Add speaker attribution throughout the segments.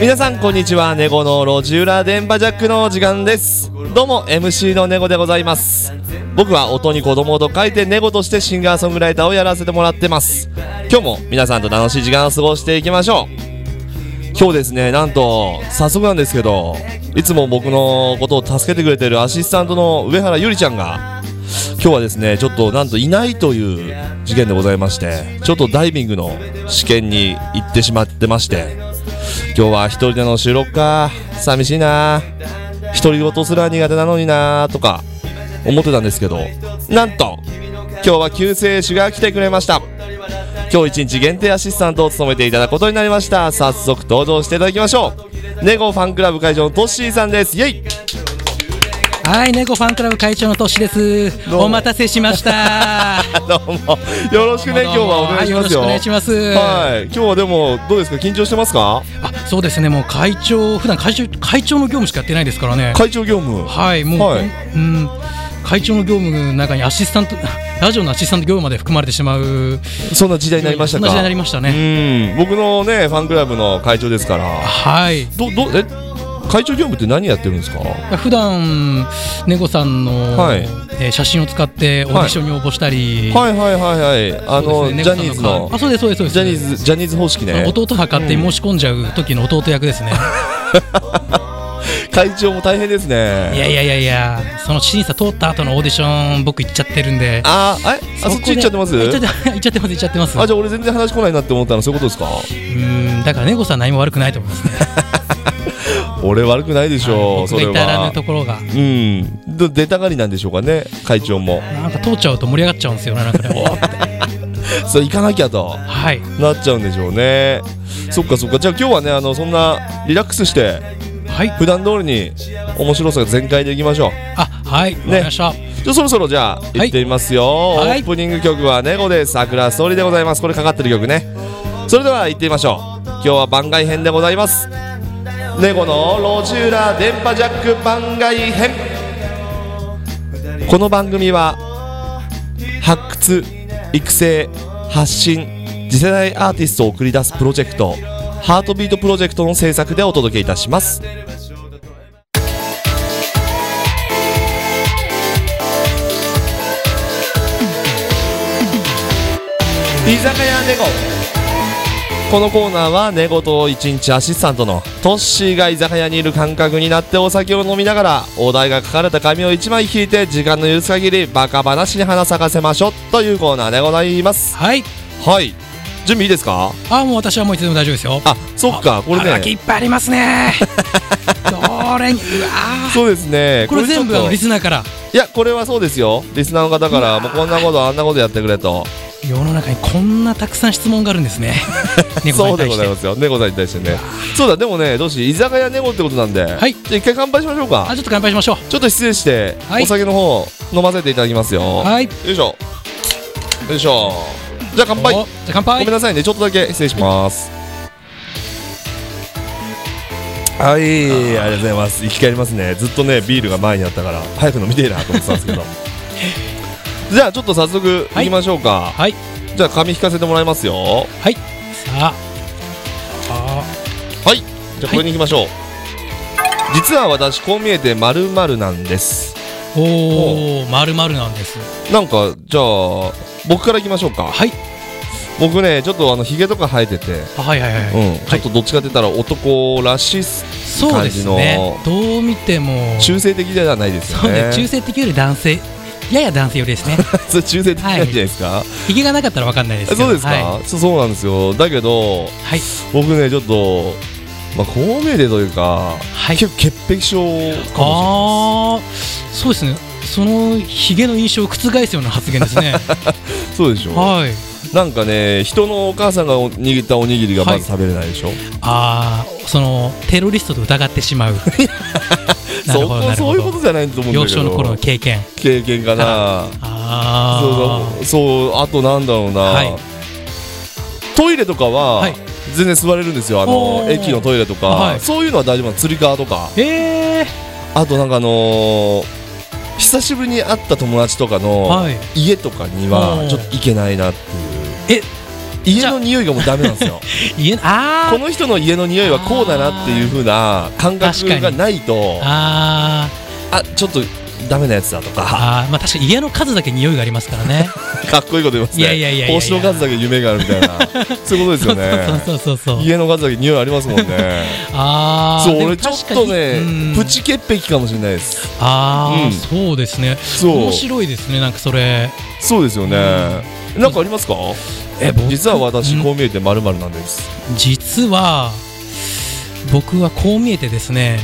Speaker 1: 皆さんこんにちはネゴの路地裏電波ジャックの時間ですどうも MC のネゴでございます僕は音に子供と書いてネゴとしてシンガーソングライターをやらせてもらってます今日も皆さんと楽しい時間を過ごしていきましょう今日ですねなんと早速なんですけどいつも僕のことを助けてくれてるアシスタントの上原ゆりちゃんが今日はですねちょっとなんといないという事件でございましてちょっとダイビングの試験に行ってしまってまして今日は一人での収録か寂しいな独り言すら苦手なのになとか思ってたんですけどなんと今日は救世主が来てくれました今日一日限定アシスタントを務めていただくことになりました早速登場していただきましょうネゴファンクラブ会場のトッシーさんですイエイ
Speaker 2: はい、猫ファンクラブ会長のトシです。
Speaker 1: うも
Speaker 2: お待たせしま した。
Speaker 1: あどうもよろしくね今日はお願いしますよ
Speaker 2: はいよろしくお願いします。
Speaker 1: はい今日はでもどうですか緊張してますか
Speaker 2: あ、そうですね。もう会長普段会長会長の業務しかやってないですからね。
Speaker 1: 会長業務
Speaker 2: はい、もう、
Speaker 1: はい
Speaker 2: うん会長の業務の中にアシスタント ラジオのアシスタント業務まで含まれてしまう
Speaker 1: そんな時代になりました
Speaker 2: そんな
Speaker 1: か
Speaker 2: 時代になりましたね。
Speaker 1: うん僕のねファンクラブの会長ですから
Speaker 2: はい。
Speaker 1: どどえ会長業務って何やってるんですか
Speaker 2: 普段猫さんの、
Speaker 1: はい
Speaker 2: えー写真を使ってオーディションに応募したり、
Speaker 1: はいはいはいはいあ
Speaker 2: そう
Speaker 1: の、
Speaker 2: ですね
Speaker 1: ジャニーズの
Speaker 2: あそうですそうですそうです
Speaker 1: ジャニーズジャニーズ方式ね
Speaker 2: 弟は勝手に申し込んじゃう時の弟役ですね、
Speaker 1: 会長も大変です
Speaker 2: い
Speaker 1: ね
Speaker 2: やいやいやいやその審査通った後のオーディション僕行っちゃってるんで
Speaker 1: あーあえあそっ
Speaker 2: こ
Speaker 1: ち
Speaker 2: で
Speaker 1: 行っちゃってます
Speaker 2: 行っちゃって行っちゃってます行 っちゃってます
Speaker 1: あじゃあ俺全然話来ないなって思ったのそういうことですか
Speaker 2: うーんだから猫さん何も悪くないと思いますね
Speaker 1: 俺悪くないでしょう
Speaker 2: 僕
Speaker 1: そ
Speaker 2: が
Speaker 1: れ
Speaker 2: 至ら
Speaker 1: は
Speaker 2: ぬところが
Speaker 1: うんど出たがりなんでしょうかね会長も
Speaker 2: なんか通っちゃうと盛り上がっちゃうんですよねなん かねおーって
Speaker 1: そう行かなきゃと
Speaker 2: はい
Speaker 1: なっちゃうんでしょうねそっかそっかじゃあ今日はねあのそんなリラックスして
Speaker 2: はい
Speaker 1: 普段通りに面白さが全開でいきましょう
Speaker 2: あはいわかりました、
Speaker 1: じゃあそろそろじゃあ行ってみますよ、
Speaker 2: はい
Speaker 1: オープニング曲はネゴで桜ストーリーでございますこれかかってる曲ねそれでは行ってみましょう今日は番外編でございますネゴの路地裏電波ジャック番外編この番組は発掘育成発信次世代アーティストを送り出すプロジェクトハートビートプロジェクトの制作でお届けいたします居酒屋ネゴこのコーナーはネゴと一日アシスタントのトッシーが居酒屋にいる感覚になってお酒を飲みながらお題が書かれた紙を1枚引いて時間の許す限りバカ話に花咲かせましょうというコーナーでございます
Speaker 2: はい
Speaker 1: はい準備いいですか
Speaker 2: あもう私はもういつでも大丈夫ですよ
Speaker 1: あそっかこれ
Speaker 2: あらき
Speaker 1: ね
Speaker 2: いっぱいありま すねどれにうわー
Speaker 1: そうですね
Speaker 2: これ全部あのリ
Speaker 1: い
Speaker 2: スナーから
Speaker 1: やこれはそうですよリスナーの方からもうこんなことあんなことやってくれと
Speaker 2: 世の中にこんなたくさん質問があるんで すね猫さん
Speaker 1: そう
Speaker 2: に
Speaker 1: で
Speaker 2: 対
Speaker 1: ご
Speaker 2: し
Speaker 1: ざい
Speaker 2: て
Speaker 1: ますよ猫さんに対してねそうだでもねどうし居酒屋猫ってことなんではいじゃあ一回乾杯しましょうか
Speaker 2: あちょっと乾杯しましょう
Speaker 1: ちょっと失礼して、
Speaker 2: はい
Speaker 1: お酒の方飲ませていただきますよ。
Speaker 2: はい
Speaker 1: よいしょ。よいしょ。じゃあ乾杯。
Speaker 2: おじゃあ乾
Speaker 1: ごめん
Speaker 2: 杯
Speaker 1: なさいね、ちょっとだけ失礼します。はい、ありがとうございます。生き返りますね。ずっとね、ビールが前にあったから、早く飲みてえなと思ってたんですけ ど。じゃあちょっと早速行きましょうか、
Speaker 2: はい
Speaker 1: じゃあ紙引かせてもらいますよは
Speaker 2: はいさああ
Speaker 1: いじゃあこれに行きましょう、実は私こう見えてまるなんです
Speaker 2: ーおおまるまるなんです
Speaker 1: なんかじゃあ僕からいきましょうか
Speaker 2: はい
Speaker 1: 僕ねちょっとあのひげとか生えてて、
Speaker 2: あはいはいはい、
Speaker 1: うん、ちょっとどっちかって言ったら男らしいっす
Speaker 2: そうですね
Speaker 1: 感
Speaker 2: どう見ても
Speaker 1: 中性的じゃないですよ
Speaker 2: そう
Speaker 1: ね
Speaker 2: ね中性的より男性やや男性より ですね
Speaker 1: それ 中性的なんじゃないですか、
Speaker 2: ひげがなかったらわかんないですけど
Speaker 1: そうですか、
Speaker 2: は
Speaker 1: そうそうなんですよだけど
Speaker 2: いはい、
Speaker 1: 僕ねちょっとまあこう見えてというか、
Speaker 2: はい
Speaker 1: 結構潔癖症かも
Speaker 2: ああーそうですねそのひげの印象を覆すような発 言です
Speaker 1: しれ
Speaker 2: ね
Speaker 1: ないそうでしょ
Speaker 2: はい
Speaker 1: なんかね人のお母さんがお握ったおにぎりがま
Speaker 2: はい
Speaker 1: ず食べれないでしょ、
Speaker 2: ああそのテロリストと疑ってしまう な
Speaker 1: そ
Speaker 2: るほど
Speaker 1: こ
Speaker 2: なる
Speaker 1: そ
Speaker 2: ほ
Speaker 1: ういうこ
Speaker 2: ど
Speaker 1: とじゃないと思うんだ
Speaker 2: 幼
Speaker 1: け
Speaker 2: 少
Speaker 1: ど
Speaker 2: の頃の経験
Speaker 1: 経験かな
Speaker 2: あ
Speaker 1: そうそうあとなんだろうな、
Speaker 2: はい
Speaker 1: トイレとかは、
Speaker 2: はい
Speaker 1: 全然座れるんですよあ
Speaker 2: お
Speaker 1: の
Speaker 2: ー
Speaker 1: 駅のトイレとか、
Speaker 2: はい
Speaker 1: そういうのは大丈夫なのつり革とか
Speaker 2: あええ
Speaker 1: あとなんかあのー久しぶりに会った友達とかの
Speaker 2: はい
Speaker 1: 家とかに
Speaker 2: お
Speaker 1: は
Speaker 2: ー
Speaker 1: ちょっと行けないなっていう
Speaker 2: え
Speaker 1: 家の匂いがもうダメなんですよ
Speaker 2: 家あ
Speaker 1: こ
Speaker 2: ー
Speaker 1: の人の家の匂いはこうだなっていう風な感覚がないと
Speaker 2: あー
Speaker 1: あちょっとダメなやつだとか
Speaker 2: あーまあ確かに家の数だけ匂いがありますからね
Speaker 1: かっこいいこと言いますね
Speaker 2: いやいやいやいやいや
Speaker 1: 帽子の数だけ夢があるみたいなそういうことですよ ね
Speaker 2: そうそうそうそう
Speaker 1: 家の数だけ匂いありますもんね
Speaker 2: あー
Speaker 1: そう
Speaker 2: でも
Speaker 1: 俺ちょっと
Speaker 2: 確かにう
Speaker 1: ね
Speaker 2: ん
Speaker 1: プチ潔癖かもしれないです
Speaker 2: ああ、
Speaker 1: うん
Speaker 2: そうですね
Speaker 1: そう
Speaker 2: 面白いですねなんかそれ
Speaker 1: そうですよねなんかありますか
Speaker 2: え僕
Speaker 1: 実は
Speaker 2: う
Speaker 1: 私
Speaker 2: ん
Speaker 1: こう見えてまるなんです
Speaker 2: 実は僕はこう見えてですね、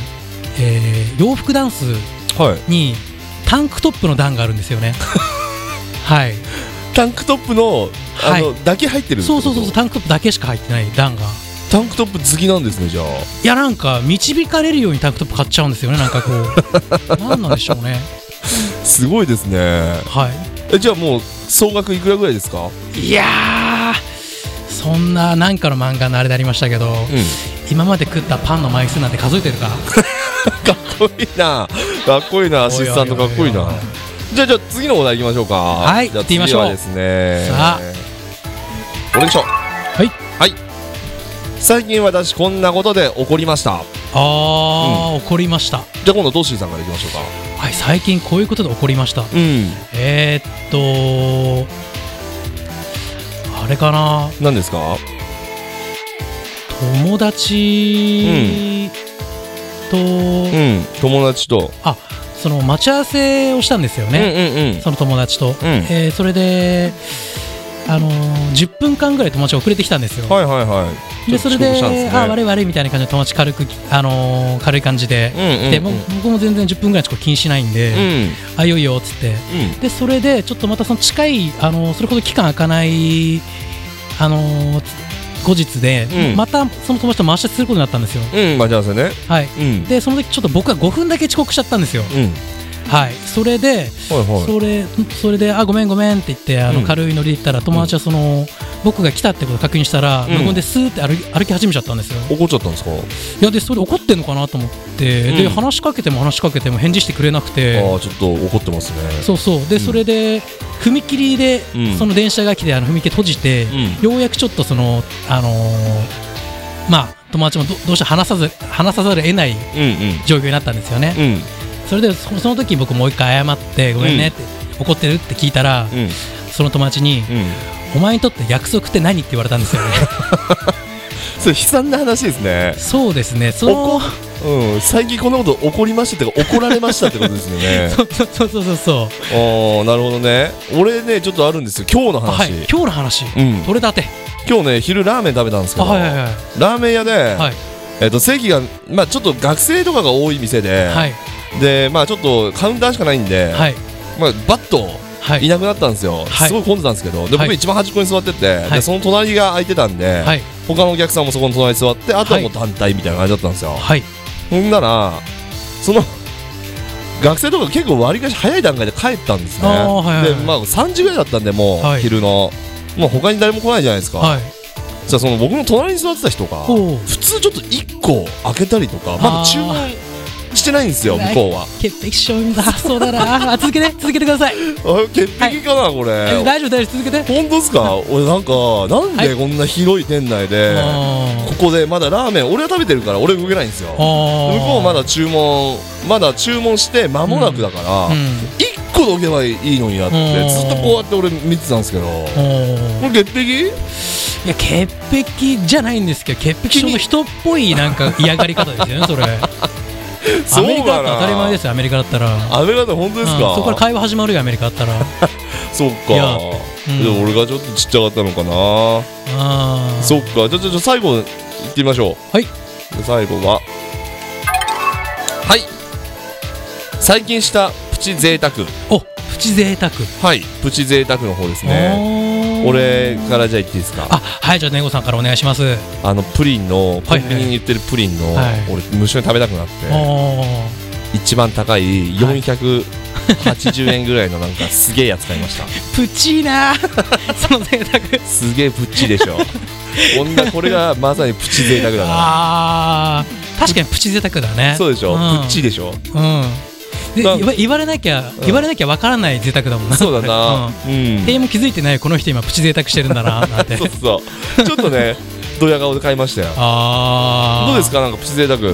Speaker 2: えー洋服ダンス
Speaker 1: はい
Speaker 2: にタンクトップの段があるんです よねはい
Speaker 1: タンクトップのあのだけ入ってるってこ
Speaker 2: そ
Speaker 1: と
Speaker 2: うそうそうそうタンクトップだけしか入ってない段が
Speaker 1: タンクトップ好きなんですねじゃあ
Speaker 2: いやなんか導かれるようにタンクトップ買っちゃうんですよねなんかこ うなんなんでしょうね
Speaker 1: すごいですね
Speaker 2: は
Speaker 1: えじゃあもう総額いくらぐらいです か
Speaker 2: いいやーそんななんかの漫画のあれでありましたけど、
Speaker 1: うん
Speaker 2: 今まで食ったパンの枚数なんて数えてるか
Speaker 1: かっこいいな かっこいいなアシスタントかっこいいな
Speaker 2: おいおいおい
Speaker 1: じゃあじゃあ次のお題いきましょうか
Speaker 2: はい
Speaker 1: じゃあ
Speaker 2: 行ってみましょう
Speaker 1: 次はですね
Speaker 2: さあ
Speaker 1: これでしょ
Speaker 2: はい
Speaker 1: はい最近私こんなことで怒りました
Speaker 2: あー、怒りました
Speaker 1: じゃあ今度トッシーさんからいきましょうか
Speaker 2: はい最近こういうことで怒りました
Speaker 1: うん
Speaker 2: えー、っとあれかな
Speaker 1: 何ですか
Speaker 2: 友達と、
Speaker 1: うん友達と
Speaker 2: あその待ち合わせをしたんですよね、
Speaker 1: ね
Speaker 2: その友達
Speaker 1: う
Speaker 2: と、
Speaker 1: んうん
Speaker 2: えーそれであのー10分間ぐらい友達遅れてきたんですよ、
Speaker 1: はいはいはい
Speaker 2: でそれ
Speaker 1: ちょ
Speaker 2: で
Speaker 1: っと遅刻したんですね
Speaker 2: あ悪い悪いみたいな感じで友達軽く、あのー軽い感じで、
Speaker 1: うんうん
Speaker 2: でもう僕も全然10分ぐらい遅刻気にしないんで、
Speaker 1: うん
Speaker 2: あいいよいいよっつって
Speaker 1: うん
Speaker 2: でそれでちょっとまたその近いあのそれほど期間空かないあのつ後日で、
Speaker 1: うん
Speaker 2: またその友達と回し合いすることになったんですよ。
Speaker 1: うん、待ち合わせね。
Speaker 2: はい
Speaker 1: うん。
Speaker 2: でその時ちょっと僕は5分だけ遅刻しちゃったんですよ。
Speaker 1: うん。
Speaker 2: はい、それで、
Speaker 1: はいはい。
Speaker 2: それそれであごめんごめんって言ってあの
Speaker 1: うん
Speaker 2: 軽いノリで言ったら友達はその、僕が来たってことを確認したら、
Speaker 1: うん
Speaker 2: 無言でスーって歩き歩き始めちゃったんですよ。
Speaker 1: 怒っちゃったんですか。あ
Speaker 2: いやでそれ怒ってんのかなと思って、
Speaker 1: う
Speaker 2: で
Speaker 1: ん
Speaker 2: 話しかけても話しかけても返事してくれなくて。
Speaker 1: あ、ちょっと怒ってますね。
Speaker 2: そうそうで、
Speaker 1: うん
Speaker 2: それで踏切で、
Speaker 1: うん
Speaker 2: その電車が来てあの踏切閉じて、
Speaker 1: う
Speaker 2: ようやくちょっとそのあのーまあ友達もどどうして話さず話さざるを得ない
Speaker 1: うん
Speaker 2: 状況になったんですよね、
Speaker 1: うん。うん。
Speaker 2: それでそその時に僕もう一回謝ってごめんねって、怒ってるって聞いたら、
Speaker 1: うん。
Speaker 2: その友達に、
Speaker 1: うん。
Speaker 2: お前にとって約束って何って言われたんで すよね
Speaker 1: それ悲惨な話ですね。
Speaker 2: そうですねその
Speaker 1: 怒うん、最近こんなこと怒りましたってか、怒られましたってことですよね。
Speaker 2: そうそうそうそうそうそう
Speaker 1: ああ、なるほどね。俺ね、ちょっとあるんですよ。今日の
Speaker 2: はい
Speaker 1: 話。
Speaker 2: 今日の話、
Speaker 1: うん
Speaker 2: 取れたて
Speaker 1: 今日ね、昼ラーメン食べたんですけ
Speaker 2: あ
Speaker 1: ど。
Speaker 2: はいはい
Speaker 1: ラ
Speaker 2: はい
Speaker 1: ーメン屋で、
Speaker 2: はい
Speaker 1: えっと、席が、まあ、ちょっと学生とかが多い店で。
Speaker 2: はい
Speaker 1: で、まあ、ちょっとカウンターしかないんで。
Speaker 2: はい
Speaker 1: まあ、バッと。
Speaker 2: はい
Speaker 1: いなくなったんですよ、
Speaker 2: はい
Speaker 1: すごい混んでたんですけど、で
Speaker 2: はい
Speaker 1: 僕、一番端っこに座ってて、
Speaker 2: は
Speaker 1: で
Speaker 2: い
Speaker 1: その隣が空いてたんで、
Speaker 2: はい
Speaker 1: 他のお客さんもそこの隣に座って、あとはもう
Speaker 2: は
Speaker 1: 団体みたいな感じだったんですよ。
Speaker 2: はい
Speaker 1: ほんなら、その学生とか結構、割りかし早い段階で帰ったんですね。
Speaker 2: あーはいはいはい
Speaker 1: で、まあ、3時ぐらいだったんで、もう、
Speaker 2: はい
Speaker 1: 昼の。もう他に誰も来ないじゃないですか、
Speaker 2: はい
Speaker 1: じゃあその僕の隣に座ってた人が
Speaker 2: おう
Speaker 1: 普通ちょっと1個開けたりとかまだ
Speaker 2: あー
Speaker 1: 注文してないんですよ向こうは
Speaker 2: 潔癖症だそう だなあ続けて続けてください
Speaker 1: あ潔癖かな、これ
Speaker 2: 大丈夫大丈夫続けて
Speaker 1: 本当ですか俺なんかなんでこんな広い店内で、
Speaker 2: あ
Speaker 1: ここでまだラーメン俺は食べてるから俺動けないんですよ向
Speaker 2: ー
Speaker 1: こうまだ注文まだ注文して間もなくだから、
Speaker 2: うん
Speaker 1: 一1個どけばいいのになって
Speaker 2: うん
Speaker 1: ずっとこうやって俺見てたんですけど
Speaker 2: おー
Speaker 1: これ潔癖
Speaker 2: いや潔癖じゃないんですけど潔癖症の人っぽいなんか嫌がり方ですよね それアメリカだったら当たり前ですよアメリカだったら
Speaker 1: アメリカで本当ですか、
Speaker 2: うんそこから会話始まるよアメリカだっ たら
Speaker 1: そっか
Speaker 2: いやうん
Speaker 1: でも俺がちょっとちっちゃかったのかな、
Speaker 2: あー
Speaker 1: そっかじゃあじゃあじゃあ最後いってみましょう
Speaker 2: はい
Speaker 1: 最後ははい最近したプチ贅沢
Speaker 2: おプチ贅沢
Speaker 1: はいプチ贅沢の方ですね
Speaker 2: ね
Speaker 1: 俺からじゃあ言っていいですか
Speaker 2: あ
Speaker 1: あ
Speaker 2: はいじゃあネゴさんからお願いします
Speaker 1: のプリンのコ
Speaker 2: はい
Speaker 1: ンビニに売ってるプリンの、
Speaker 2: はい
Speaker 1: 俺無償に食べたくなって、
Speaker 2: おー
Speaker 1: 一番高い480円ぐらいのなんかすげえやつ買いました
Speaker 2: プチいな その贅沢
Speaker 1: すげえプッチでしょこんなこれがまさにプチ贅沢だな
Speaker 2: あー確かにプチ贅沢だね
Speaker 1: そうでしょ、
Speaker 2: ん
Speaker 1: プッチでしょ
Speaker 2: うんで
Speaker 1: なん
Speaker 2: 言わ言われなきゃ、
Speaker 1: ん
Speaker 2: 言われなきゃわからない贅沢だもんな
Speaker 1: そうだな、
Speaker 2: うん
Speaker 1: うん
Speaker 2: 店員も気づいてないこの人今プチ贅沢してるんだななん て
Speaker 1: そうそうちょっとねドヤ顔で買いましたよ
Speaker 2: ああ
Speaker 1: どうですかなんかプチ贅沢こ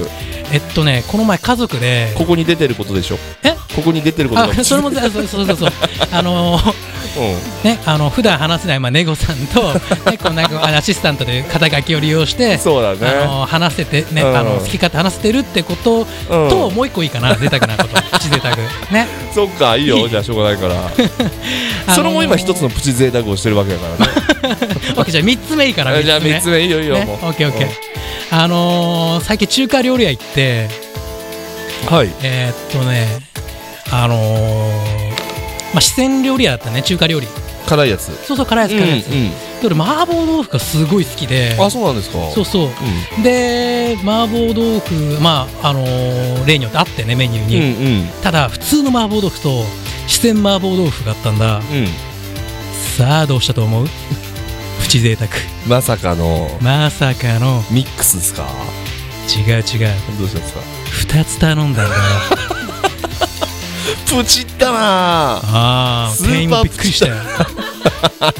Speaker 2: えっとねこの前家族で
Speaker 1: こに出てることでしょ
Speaker 2: え
Speaker 1: ここに出てることが
Speaker 2: あそれもそうそうそうそうあのー
Speaker 1: う
Speaker 2: ねあの普段話せないまあネゴさんと、ね、こうなんかあのアシスタントで肩書きを利用して
Speaker 1: んそうだ
Speaker 2: あ
Speaker 1: ね
Speaker 2: のー話せてね、
Speaker 1: うん
Speaker 2: あの好き勝手話せてるってこと
Speaker 1: うん
Speaker 2: と、もう一個いいかな贅沢なことプチ贅沢ね
Speaker 1: そっかいいよじゃあしょうがないから
Speaker 2: あのー
Speaker 1: それも今一つのプチ贅沢をしてるわけだからね
Speaker 2: オッケーじゃあ3つ目いいから
Speaker 1: あじゃあ3つ目いいよいいよ、
Speaker 2: ね
Speaker 1: もう
Speaker 2: オッケーオッケ
Speaker 1: う
Speaker 2: ーあのー最近中華料理屋行って
Speaker 1: んはい
Speaker 2: えーっとねあのーまあ、四川料理屋だったね中華料理
Speaker 1: 辛いやつ
Speaker 2: そうそう辛いやつ辛いやつ、
Speaker 1: うんうん
Speaker 2: で俺麻婆豆腐がすごい好きで
Speaker 1: あそうなんですか
Speaker 2: そうそう
Speaker 1: う
Speaker 2: で麻婆豆腐まああのー例によってあってねメニュー
Speaker 1: んう
Speaker 2: に、
Speaker 1: んうん
Speaker 2: ただ普通の麻婆豆腐と四川麻婆豆腐があったんだ
Speaker 1: うん
Speaker 2: さあどうしたと思うプチ贅沢
Speaker 1: まさかの
Speaker 2: まさかの
Speaker 1: ミックスですか
Speaker 2: 違う違う
Speaker 1: どうしたんですか
Speaker 2: 2つ頼んだ んだよ
Speaker 1: プチったな
Speaker 2: ああ
Speaker 1: ス
Speaker 2: 店
Speaker 1: ー
Speaker 2: 員
Speaker 1: パ
Speaker 2: も
Speaker 1: ー
Speaker 2: びっ
Speaker 1: プ
Speaker 2: くり
Speaker 1: チ
Speaker 2: したよ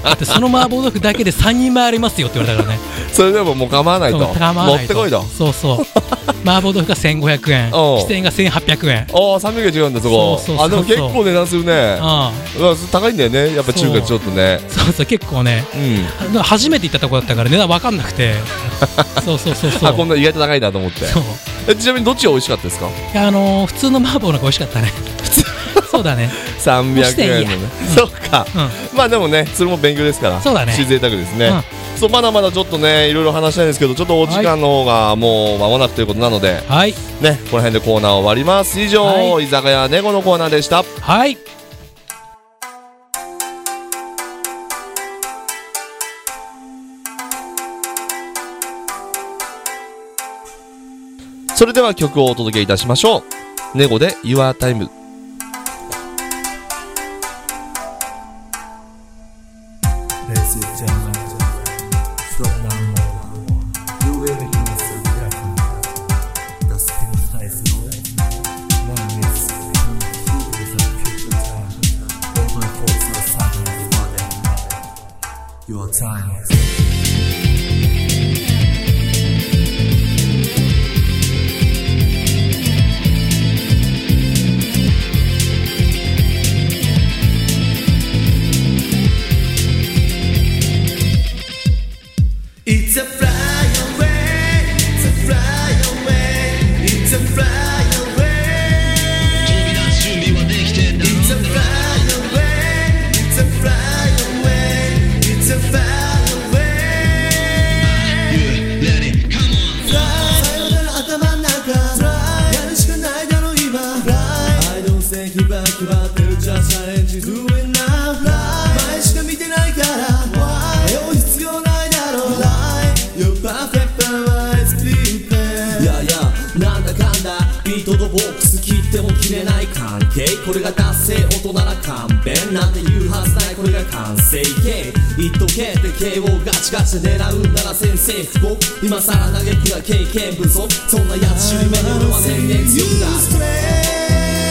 Speaker 2: だってその麻婆豆腐だけで3人回りますよって言われたからね
Speaker 1: それでももう構わないと
Speaker 2: そう構わない
Speaker 1: 持ってこいと
Speaker 2: そうそう 麻婆豆腐が1500円
Speaker 1: おう
Speaker 2: 四川が1800円
Speaker 1: ああ300円違うんだそこ
Speaker 2: そうそうそうそう
Speaker 1: あでも結構値段するね
Speaker 2: あ
Speaker 1: うわ高いんだよねやっぱ中華ちょっとね
Speaker 2: あそうそう結構ね
Speaker 1: うん
Speaker 2: 初めて行ったとこだったから値段分かんな くてそうそうそうそう
Speaker 1: あこんな意外と高いなと思って
Speaker 2: そう
Speaker 1: えちなみにどっちが美味しかったですか
Speaker 2: いやあのー普通の麻婆の方が美味しかったねそうだね押し
Speaker 1: 300
Speaker 2: ていいや
Speaker 1: 円のねそっか
Speaker 2: う
Speaker 1: まあでもねそれも勉強ですから
Speaker 2: そうだね
Speaker 1: プチ贅沢ですねそうまだまだちょっとねいろいろ話したいんですけどちょっとお時間の方がもう間もなくということなので
Speaker 2: んはい
Speaker 1: ねこの辺でコーナーを終わります以上、
Speaker 2: は
Speaker 1: 居酒屋猫のコーナーでした
Speaker 2: はい
Speaker 1: それでは曲をお届けいたしましょう猫で Your Time
Speaker 3: 前しか見てないから迷う必要ないだろう Your perfect power is people いやいやなんだかんだビートとボックス切っても切れない関係これが達成音なら勘弁なんて言うはずないこれが完成形言っとけって慶応ガチガチで狙うなら先生不幸今さら嘆くは経験不足そんなやつ夢の俺は全然強くなる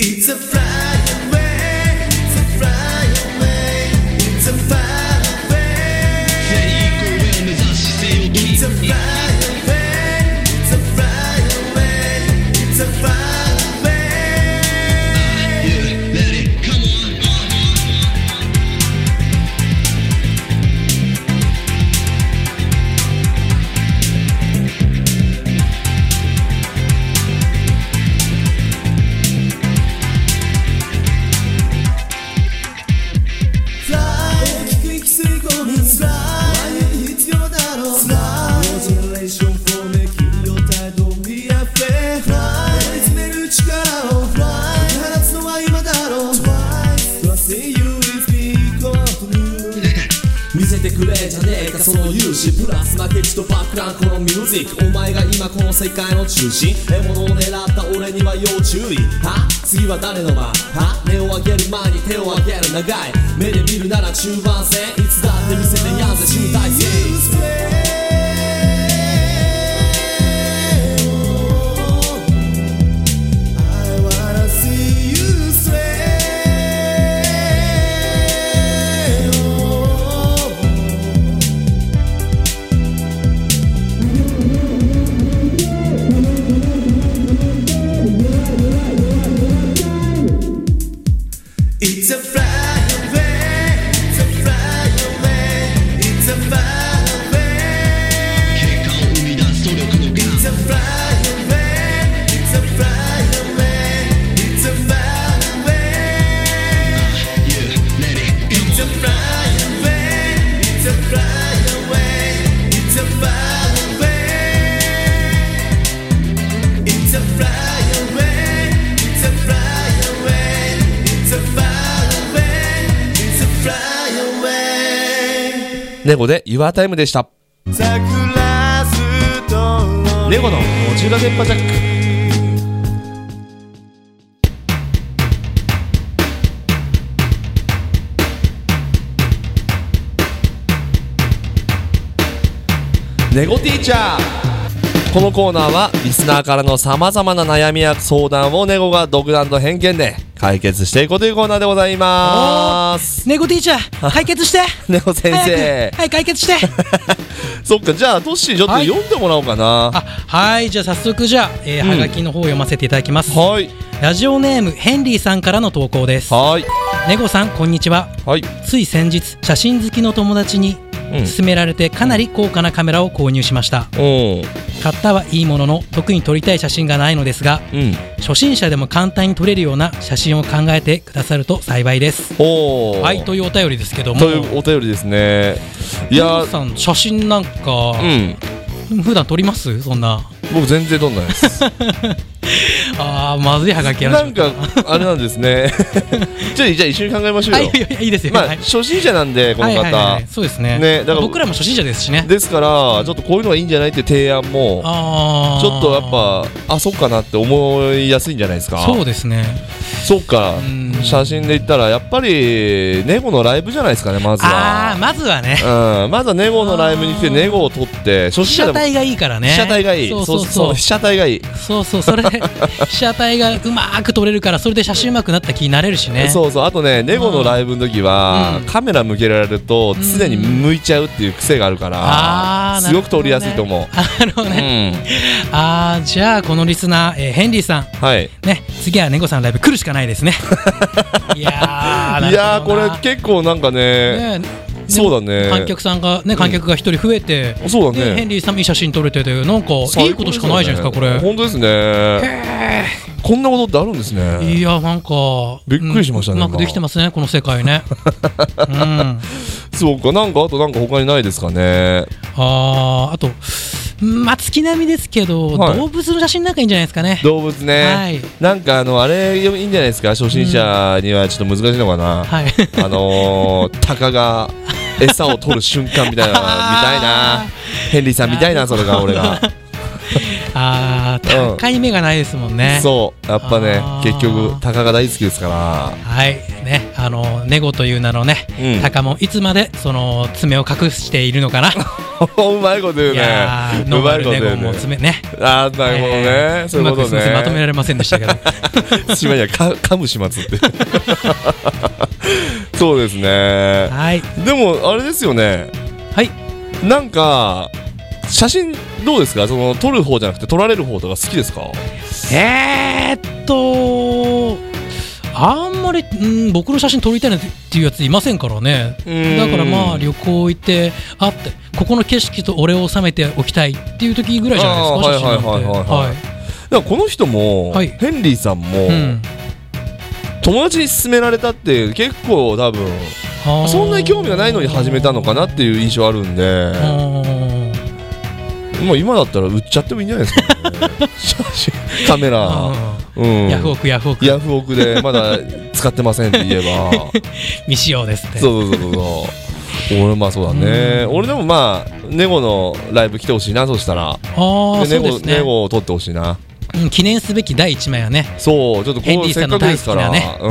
Speaker 3: It's a fly away, it's a fly away, it's a fly away. ねえかその勇姿プラス負けじとバックランこのミュージックお前が今この世界の中心獲物を狙った俺には要注意は次は誰の番は根を上げる前に手を上げる長い目で見るなら中盤戦いつだって見せてやんぜ集大成
Speaker 4: I wanna see you sway. Oh.
Speaker 1: ネゴで Your Time でしたネゴの「路地裏電波ジャック」ネゴティーチャーこのコーナーはリスナーからのさまざまな悩みや相談をネゴが独断と偏見で解決していこうというコーナーでございます
Speaker 2: 猫ティーチャー解決して
Speaker 1: ネゴ先生
Speaker 2: 早くはい解 決して
Speaker 1: そっかじゃあトッシーちょっと
Speaker 2: はい
Speaker 1: 読んでもらおうかな、
Speaker 2: あはいじゃあ早速じゃあ、えー
Speaker 1: うん
Speaker 2: はがきの方を読ませていただきます、
Speaker 1: はい
Speaker 2: ラジオネームヘンリーさんからの投稿です
Speaker 1: はい
Speaker 2: ネゴさんこんにちは
Speaker 1: はい
Speaker 2: つい先日写真好きの友達に
Speaker 1: うん
Speaker 2: 勧められてかなり高価なカメラを購入しました
Speaker 1: うん
Speaker 2: 買ったはいいものの特に撮りたい写真がないのですが
Speaker 1: うん
Speaker 2: 初心者でも簡単に撮れるような写真を考えてくださると幸いです
Speaker 1: おお
Speaker 2: はいというお便りですけども
Speaker 1: というお便りですねいや
Speaker 2: ネゴさん写真なんか
Speaker 1: う、ん
Speaker 2: 普段撮りますそんな
Speaker 1: 僕全然撮んないです
Speaker 2: あーまずいはが きや
Speaker 1: な
Speaker 2: しま
Speaker 1: ん
Speaker 2: った
Speaker 1: かあれなんです ねちょっとじゃあ一緒に考えましょう
Speaker 2: はい
Speaker 1: よ
Speaker 2: いやいやいいですよ、
Speaker 1: まあ
Speaker 2: はい
Speaker 1: 初心者なんでこの
Speaker 2: はいはいはいは
Speaker 1: 方
Speaker 2: いそうですね
Speaker 1: ねだから
Speaker 2: 僕らも初心者ですしね
Speaker 1: ですからちょっとこういうのがいいんじゃないっていう提案も
Speaker 2: ああ
Speaker 1: ちょっとやっぱあそっかなって思いやすいんじゃないですか
Speaker 2: そうですね
Speaker 1: そっか
Speaker 2: うん
Speaker 1: 写真で言ったらやっぱりネゴのライブじゃないですかねまず
Speaker 2: あ
Speaker 1: は
Speaker 2: あまずはね
Speaker 1: うん、まずはネゴのライブに来て
Speaker 2: あー
Speaker 1: ネゴを撮って初心者
Speaker 2: 被写
Speaker 1: でも
Speaker 2: 体がいいからね
Speaker 1: 被写体がいい
Speaker 2: そうそうそう
Speaker 1: 被写体がいい、
Speaker 2: そうそうそれ で被写体がうまーく撮れるからそれで写真うまくなった気になれるしね
Speaker 1: そうそうあとねネゴのライブの時は、
Speaker 2: うん
Speaker 1: カメラ向けられると常に向いちゃうっていう癖があるから、
Speaker 2: あー
Speaker 1: す
Speaker 2: なる
Speaker 1: ご
Speaker 2: ほど
Speaker 1: く撮
Speaker 2: ね
Speaker 1: りやすいと思う、
Speaker 2: なるほど
Speaker 1: う
Speaker 2: ね、
Speaker 1: ん、
Speaker 2: ああじゃあこのリスナー、えーヘンリーさん
Speaker 1: はい
Speaker 2: ね次はネゴさんのライブ来るしかないで すねいやー
Speaker 1: いやーこれ
Speaker 2: なるほどな
Speaker 1: 結構なんかね
Speaker 2: ね
Speaker 1: そうだね
Speaker 2: 観客さんがね観客が一人増えて、
Speaker 1: そうだ
Speaker 2: でヘ
Speaker 1: ね
Speaker 2: ンリーさんもいい写真撮れててなんかいいことしかないじゃないですかこれ、
Speaker 1: 本当ですねこんなことってあるんですね
Speaker 2: いやなんか
Speaker 1: びっくりしましたね
Speaker 2: うんうまくできてますねこの世界 ねうん
Speaker 1: そうかなんかあとなんか他にないですかね
Speaker 2: あーあと、まあ、月並みですけど、
Speaker 1: はい
Speaker 2: 動物の写真なんかいいんじゃないですかね。
Speaker 1: 動物ね、
Speaker 2: はい
Speaker 1: なんかあのあれいいんじゃないですか初心者にはちょっと難しいのかな、
Speaker 2: はい。
Speaker 1: あのー、タカが餌を取る瞬間みたいな見たいな
Speaker 2: あ
Speaker 1: ヘンリーさん見たいなそれが俺が、
Speaker 2: ああ、
Speaker 1: うん
Speaker 2: 高い目がないですもんね。
Speaker 1: そうやっぱね
Speaker 2: あー
Speaker 1: 結局タカが大好きですから
Speaker 2: はい。ね、あの、ネゴという名のね、
Speaker 1: うん
Speaker 2: タカもいつまで、その、爪を隠しているの かな。
Speaker 1: うまいこと言う
Speaker 2: い
Speaker 1: ね
Speaker 2: やー、
Speaker 1: う
Speaker 2: ノー
Speaker 1: ま
Speaker 2: マ
Speaker 1: い
Speaker 2: ル
Speaker 1: こと
Speaker 2: ネ
Speaker 1: 言
Speaker 2: ゴ
Speaker 1: うね
Speaker 2: も爪ね。
Speaker 1: あーなるほどね、
Speaker 2: えー
Speaker 1: そういうこ
Speaker 2: う
Speaker 1: と
Speaker 2: まくすいませんまとめら
Speaker 1: ね
Speaker 2: れませんでしたけ ど。
Speaker 1: しまいにはか噛む始末 ってそうですね
Speaker 2: はい。
Speaker 1: でもあれですよね
Speaker 2: はい。
Speaker 1: なんか写真どうですかその撮る方じゃなくて撮られる方とか好きですか
Speaker 2: えーっと、あんまり、うん、僕の写真撮りたいなっていうやついませんからね。
Speaker 1: うん
Speaker 2: だからまあ旅行行って、あって、ここの景色と俺を収めておきたいっていう時ぐらいじゃないですか、
Speaker 1: あ
Speaker 2: 写
Speaker 1: ー
Speaker 2: 真なんて。
Speaker 1: はいはいはいはいだからこの人も、
Speaker 2: はい
Speaker 1: ヘンリーさんも、
Speaker 2: うん
Speaker 1: 友達に勧められたって結構多分
Speaker 2: あー
Speaker 1: そんなに興味がないのに始めたのかなっていう印象あるんで
Speaker 2: あー
Speaker 1: もう今だったら売っちゃってもいいんじゃないですか、ね、 写真カメラ
Speaker 2: あ
Speaker 1: う
Speaker 2: ー
Speaker 1: ん
Speaker 2: ヤフオクヤフオク
Speaker 1: ヤフ オクでまだ使ってませんって言えば
Speaker 2: 未使用ですって
Speaker 1: そうそうそうそう俺まあそうだね、俺でもまあネゴのライブ来てほしいなそしたら
Speaker 2: ああ
Speaker 1: で
Speaker 2: そ
Speaker 1: ネ
Speaker 2: うで
Speaker 1: ゴ
Speaker 2: すね
Speaker 1: ネゴを撮ってほしいな
Speaker 2: うん記念すべき第一枚はね
Speaker 1: そうちょっと
Speaker 2: ヘン
Speaker 1: こ
Speaker 2: リ
Speaker 1: うせ
Speaker 2: ーさ
Speaker 1: っ
Speaker 2: んの
Speaker 1: かくですから、
Speaker 2: 大好き
Speaker 1: うん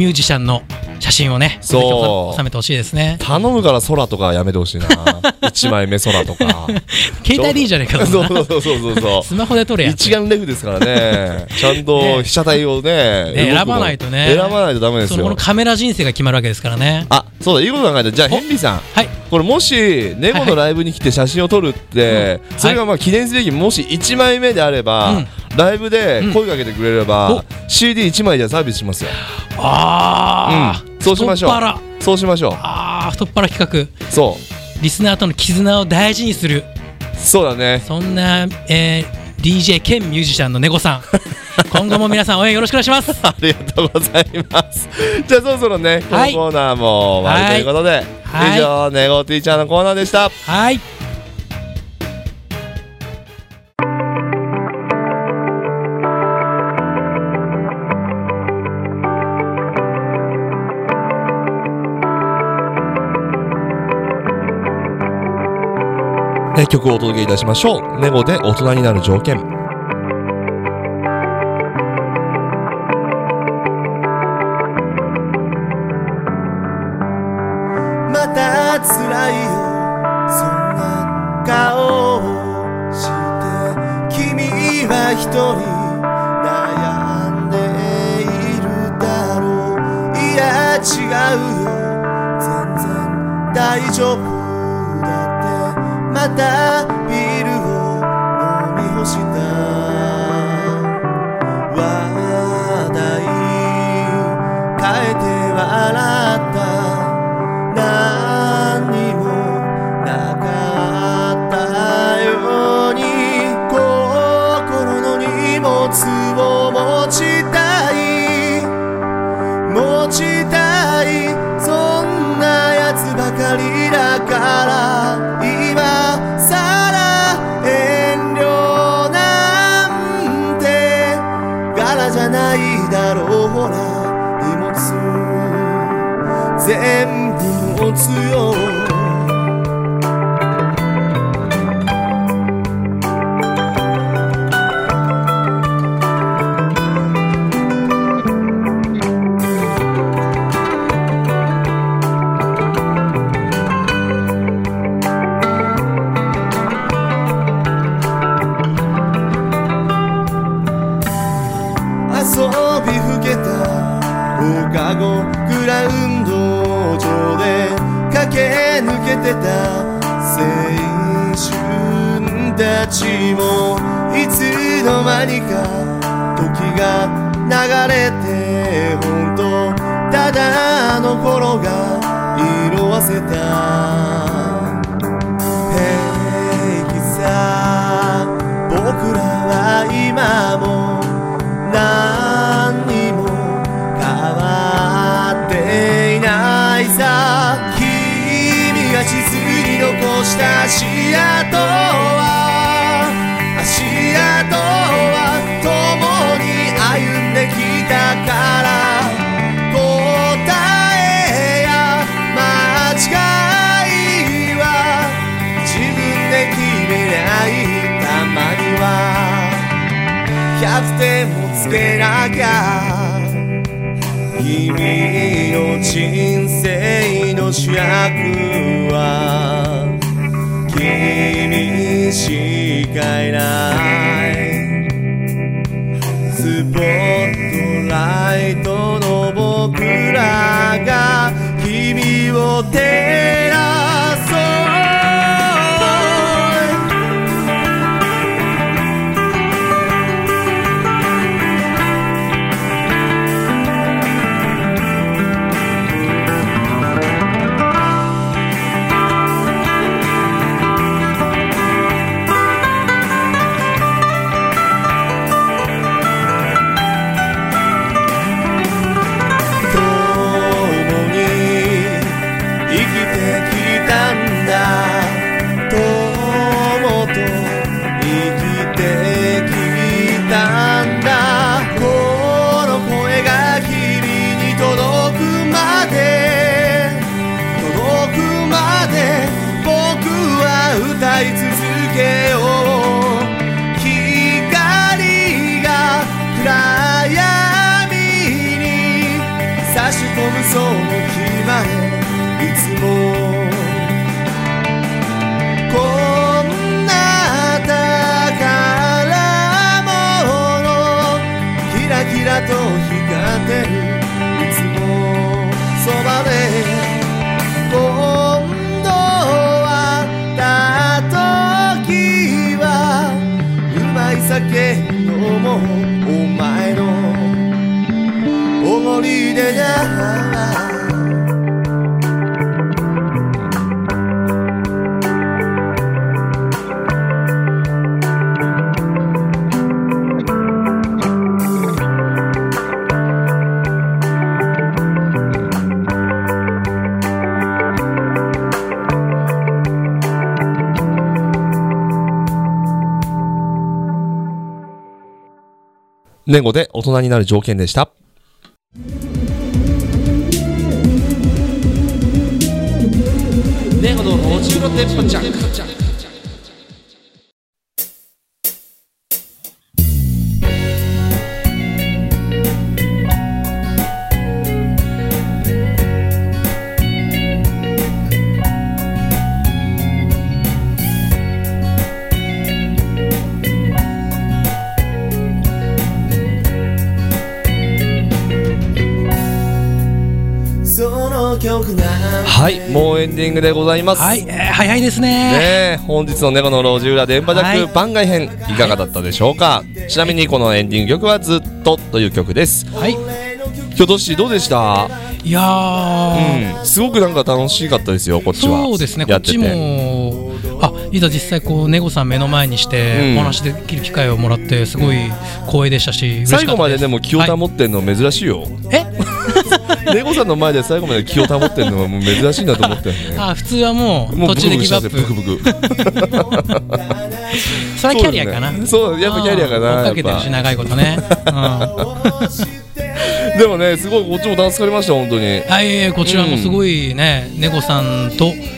Speaker 2: ミュージシャンの写真をね
Speaker 1: そう
Speaker 2: 収めてほしいですね
Speaker 1: 頼むから空とかやめてほ しいな一枚目空とか
Speaker 2: 携帯でいいじゃないかと
Speaker 1: そうそうそうそうそう
Speaker 2: スマホで撮れや
Speaker 1: 一眼レフですから ねちゃんと被写体をね動
Speaker 2: ね
Speaker 1: くの
Speaker 2: 選ばないとね
Speaker 1: 選ばないとダメです
Speaker 2: そのこ
Speaker 1: よ
Speaker 2: のカメラ人生が決まるわけですからね
Speaker 1: あそうだいいこと考えたじゃあヘンリーさん
Speaker 2: はい
Speaker 1: これもしネゴのライブに来て写真を撮るって、
Speaker 2: うん
Speaker 1: それがまあ記念すべきもし1枚目であれば、
Speaker 2: うん
Speaker 1: ライブで声かけてくれれ
Speaker 2: うんお
Speaker 1: ば、CD1 枚じゃサービスしますよ、
Speaker 2: ああ、
Speaker 1: うんそうしましょう
Speaker 2: 太っ腹
Speaker 1: そうしましょ
Speaker 2: ああ太っ腹企
Speaker 1: うそ
Speaker 2: 画リスナーとの絆を大事にす
Speaker 1: う
Speaker 2: る
Speaker 1: そうだね
Speaker 2: そんな、えー、DJ 兼ミュージシャンの猫 さん今後も皆さん応援よろしくお願いします
Speaker 1: ありがとうございますじゃあそろそろねこの
Speaker 2: はい
Speaker 1: コーナーも終わりということで、
Speaker 2: はい
Speaker 1: 以上ネゴティーチャーのコーナーでした
Speaker 2: はい
Speaker 1: ね曲をお届けいたしましょうネゴで大人になる条件
Speaker 4: また辛いよそんな顔をして君は一人悩んでいるだろういや違うよ全然大丈夫だってまたビールを飲み干した話題変えて笑った何にもなかったように心の荷物を持ちたい持ちたいそんなやつばかりだから今さら遠慮なんて柄じゃないだろうほら荷物全部持つよ遊びふけた放課後グラウンド上で駆け抜けてた青春たちもいつの間にか時が流れて本当ただあの頃が色あせた平気さ僕らは今も何にも変わっていないさ君が地図に残した足跡は足跡は共に歩んできたから答えや間違いは自分で決めないたまには100点もつけなきゃ君の人生の主役は君しかいないスポットライトの僕らが君を照らそう共に生きてけよう光が暗闇に差し込むその日までいつもこんな宝物キラキラと光ってるいつもそばで今度はた時はうまい酒飲もうお前のおごりでや
Speaker 1: ネゴで大人になる条件でした。
Speaker 2: ネゴの路地裏電波ジャック。
Speaker 4: その曲なんて
Speaker 1: はい、もうエンディングでございます。
Speaker 2: はい、
Speaker 1: ね
Speaker 2: えー早いです
Speaker 1: え
Speaker 2: ね。
Speaker 1: 本日のネゴの路地裏電波ジャッ
Speaker 2: は
Speaker 1: ク
Speaker 2: い
Speaker 1: 番外編いかがだったでしょうか、ちなみにこのエンディング曲はずっとという曲です。
Speaker 2: はい。
Speaker 1: 京都市どうでした
Speaker 2: いやー、
Speaker 1: うん、すごくなんか楽しかったですよ、こっちは。
Speaker 2: そうですね。こ
Speaker 1: や
Speaker 2: ってち
Speaker 1: て
Speaker 2: も。あいざ実際こうネゴさん目の前にし
Speaker 1: うん
Speaker 2: てお話できる機会をもらってすごい光栄でしたし、嬉しかっ
Speaker 1: 最
Speaker 2: た
Speaker 1: 後まででも気を
Speaker 2: はい
Speaker 1: 保ってんの珍しいよ。
Speaker 2: え
Speaker 1: ネゴさんの前で最後まで気を保ってんのはもう珍しいなと思ったよね。
Speaker 2: あ普 通はもう
Speaker 1: もう
Speaker 2: 途
Speaker 1: ブ
Speaker 2: 中
Speaker 1: ク
Speaker 2: で
Speaker 1: ブク
Speaker 2: ギ
Speaker 1: し
Speaker 2: ブ
Speaker 1: た
Speaker 2: ア
Speaker 1: ん
Speaker 2: ッ
Speaker 1: ですよ、ブ
Speaker 2: プ
Speaker 1: クブク。
Speaker 2: それはキャリアかな
Speaker 1: そうやっぱキャリアかな
Speaker 2: うん追っかけてる
Speaker 1: やっぱ
Speaker 2: し長いことね、うん、は
Speaker 1: でもね、すごいこっちも助かりました、本当に。
Speaker 2: いこちらもすごいね猫、さんと、え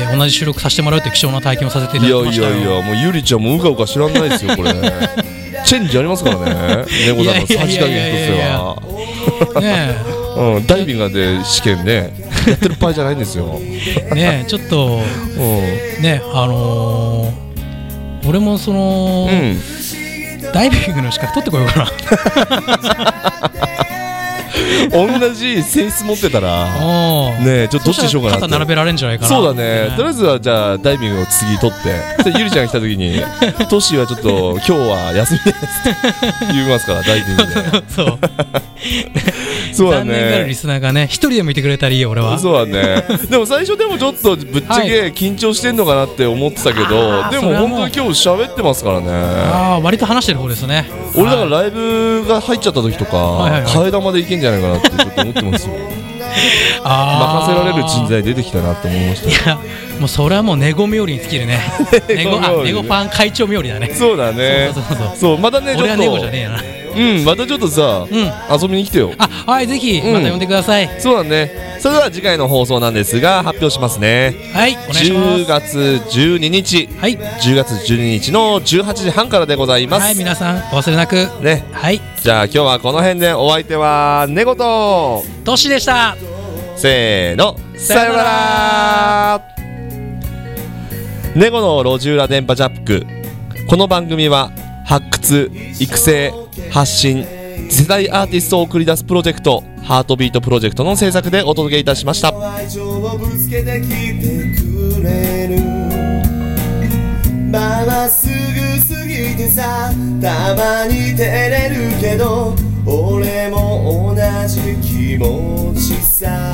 Speaker 2: ー同じ収録させてもらうという貴重な体験をさせてい
Speaker 1: い
Speaker 2: た
Speaker 1: や
Speaker 2: だきま
Speaker 1: い
Speaker 2: したよ
Speaker 1: やいや、もうゆりちゃんもうかうか知らないですよ、これ。 チェンジありますからね、猫さんのさじ加減として
Speaker 2: いやいやいやいや
Speaker 1: は。
Speaker 2: ね
Speaker 1: うん、ダイビングで試験ね、 やってる場合じゃないんですよ。
Speaker 2: えねえちょっと
Speaker 1: う
Speaker 2: ねあのー俺もその、
Speaker 1: ん。うん
Speaker 2: ダイビングの資格取ってこようかな
Speaker 1: 同じ性質持ってたら、
Speaker 2: おー
Speaker 1: ねえ、ちょっとどっちにしようかなって
Speaker 2: そしたら肩並べられるんじゃないかな
Speaker 1: そうだね。とりあえずは、じゃあ、ダイビングを次取って、でゆりちゃんが来た時に、トシはちょっと、今日は休みですって言いますから、ダイビングで。
Speaker 2: そう
Speaker 1: そうだ
Speaker 2: 残念がるリ
Speaker 1: ね。
Speaker 2: スナーがね一人でもいてくれたらいいよ俺は
Speaker 1: そうだね。でも最初でもちょっとぶっちゃけ緊張してんのかなって思ってたけど、
Speaker 2: あー
Speaker 1: で
Speaker 2: そ
Speaker 1: も
Speaker 2: れはもう
Speaker 1: 本当に今日喋ってますからね。
Speaker 2: ああ割と話してる方ですね
Speaker 1: 俺だからライブが入っちゃった時と
Speaker 2: いはい
Speaker 1: か
Speaker 2: は、い
Speaker 1: 替え玉でいけんじゃないかなってちょっと思ってますよ。
Speaker 2: あ
Speaker 1: 任せ
Speaker 2: ー
Speaker 1: られる人材出てきたなって思いました
Speaker 2: い。やもうそれはもうネゴ冥利に尽き るねネゴ
Speaker 1: ネゴ冥利
Speaker 2: あネゴファン会長冥利だね
Speaker 1: そうだね
Speaker 2: そうそうそうそ。う
Speaker 1: そう、またね、ち
Speaker 2: 俺
Speaker 1: ょ
Speaker 2: は
Speaker 1: っ
Speaker 2: ネゴじゃ
Speaker 1: と
Speaker 2: ね。えな
Speaker 1: うん、またちょっとさ、遊びに来てよ。
Speaker 2: あはいぜひまた呼んでください、
Speaker 1: そうだね。それでは次回の放送なんですが、発表しますね。
Speaker 2: はいお願いし
Speaker 1: 10
Speaker 2: ま
Speaker 1: 月12日、
Speaker 2: すはい
Speaker 1: 10月12日の18時半からでございま
Speaker 2: はい
Speaker 1: す。
Speaker 2: 皆さんお忘れなく
Speaker 1: ね。
Speaker 2: はい
Speaker 1: じゃあ今日はこの辺でお相手は、ネゴと、
Speaker 2: トシでした
Speaker 1: せーの、さようならネゴの路地裏電波ジャック。この番組は、発掘、育成、発信、次世代アーティストを送り出すプロジェクト、ハートビートプロジェクトの制作でお届けいたしました。
Speaker 4: 愛情をぶつけてきてくれるまあまっすぐ過ぎてさたまに照れるけど俺も同じ気持ちさ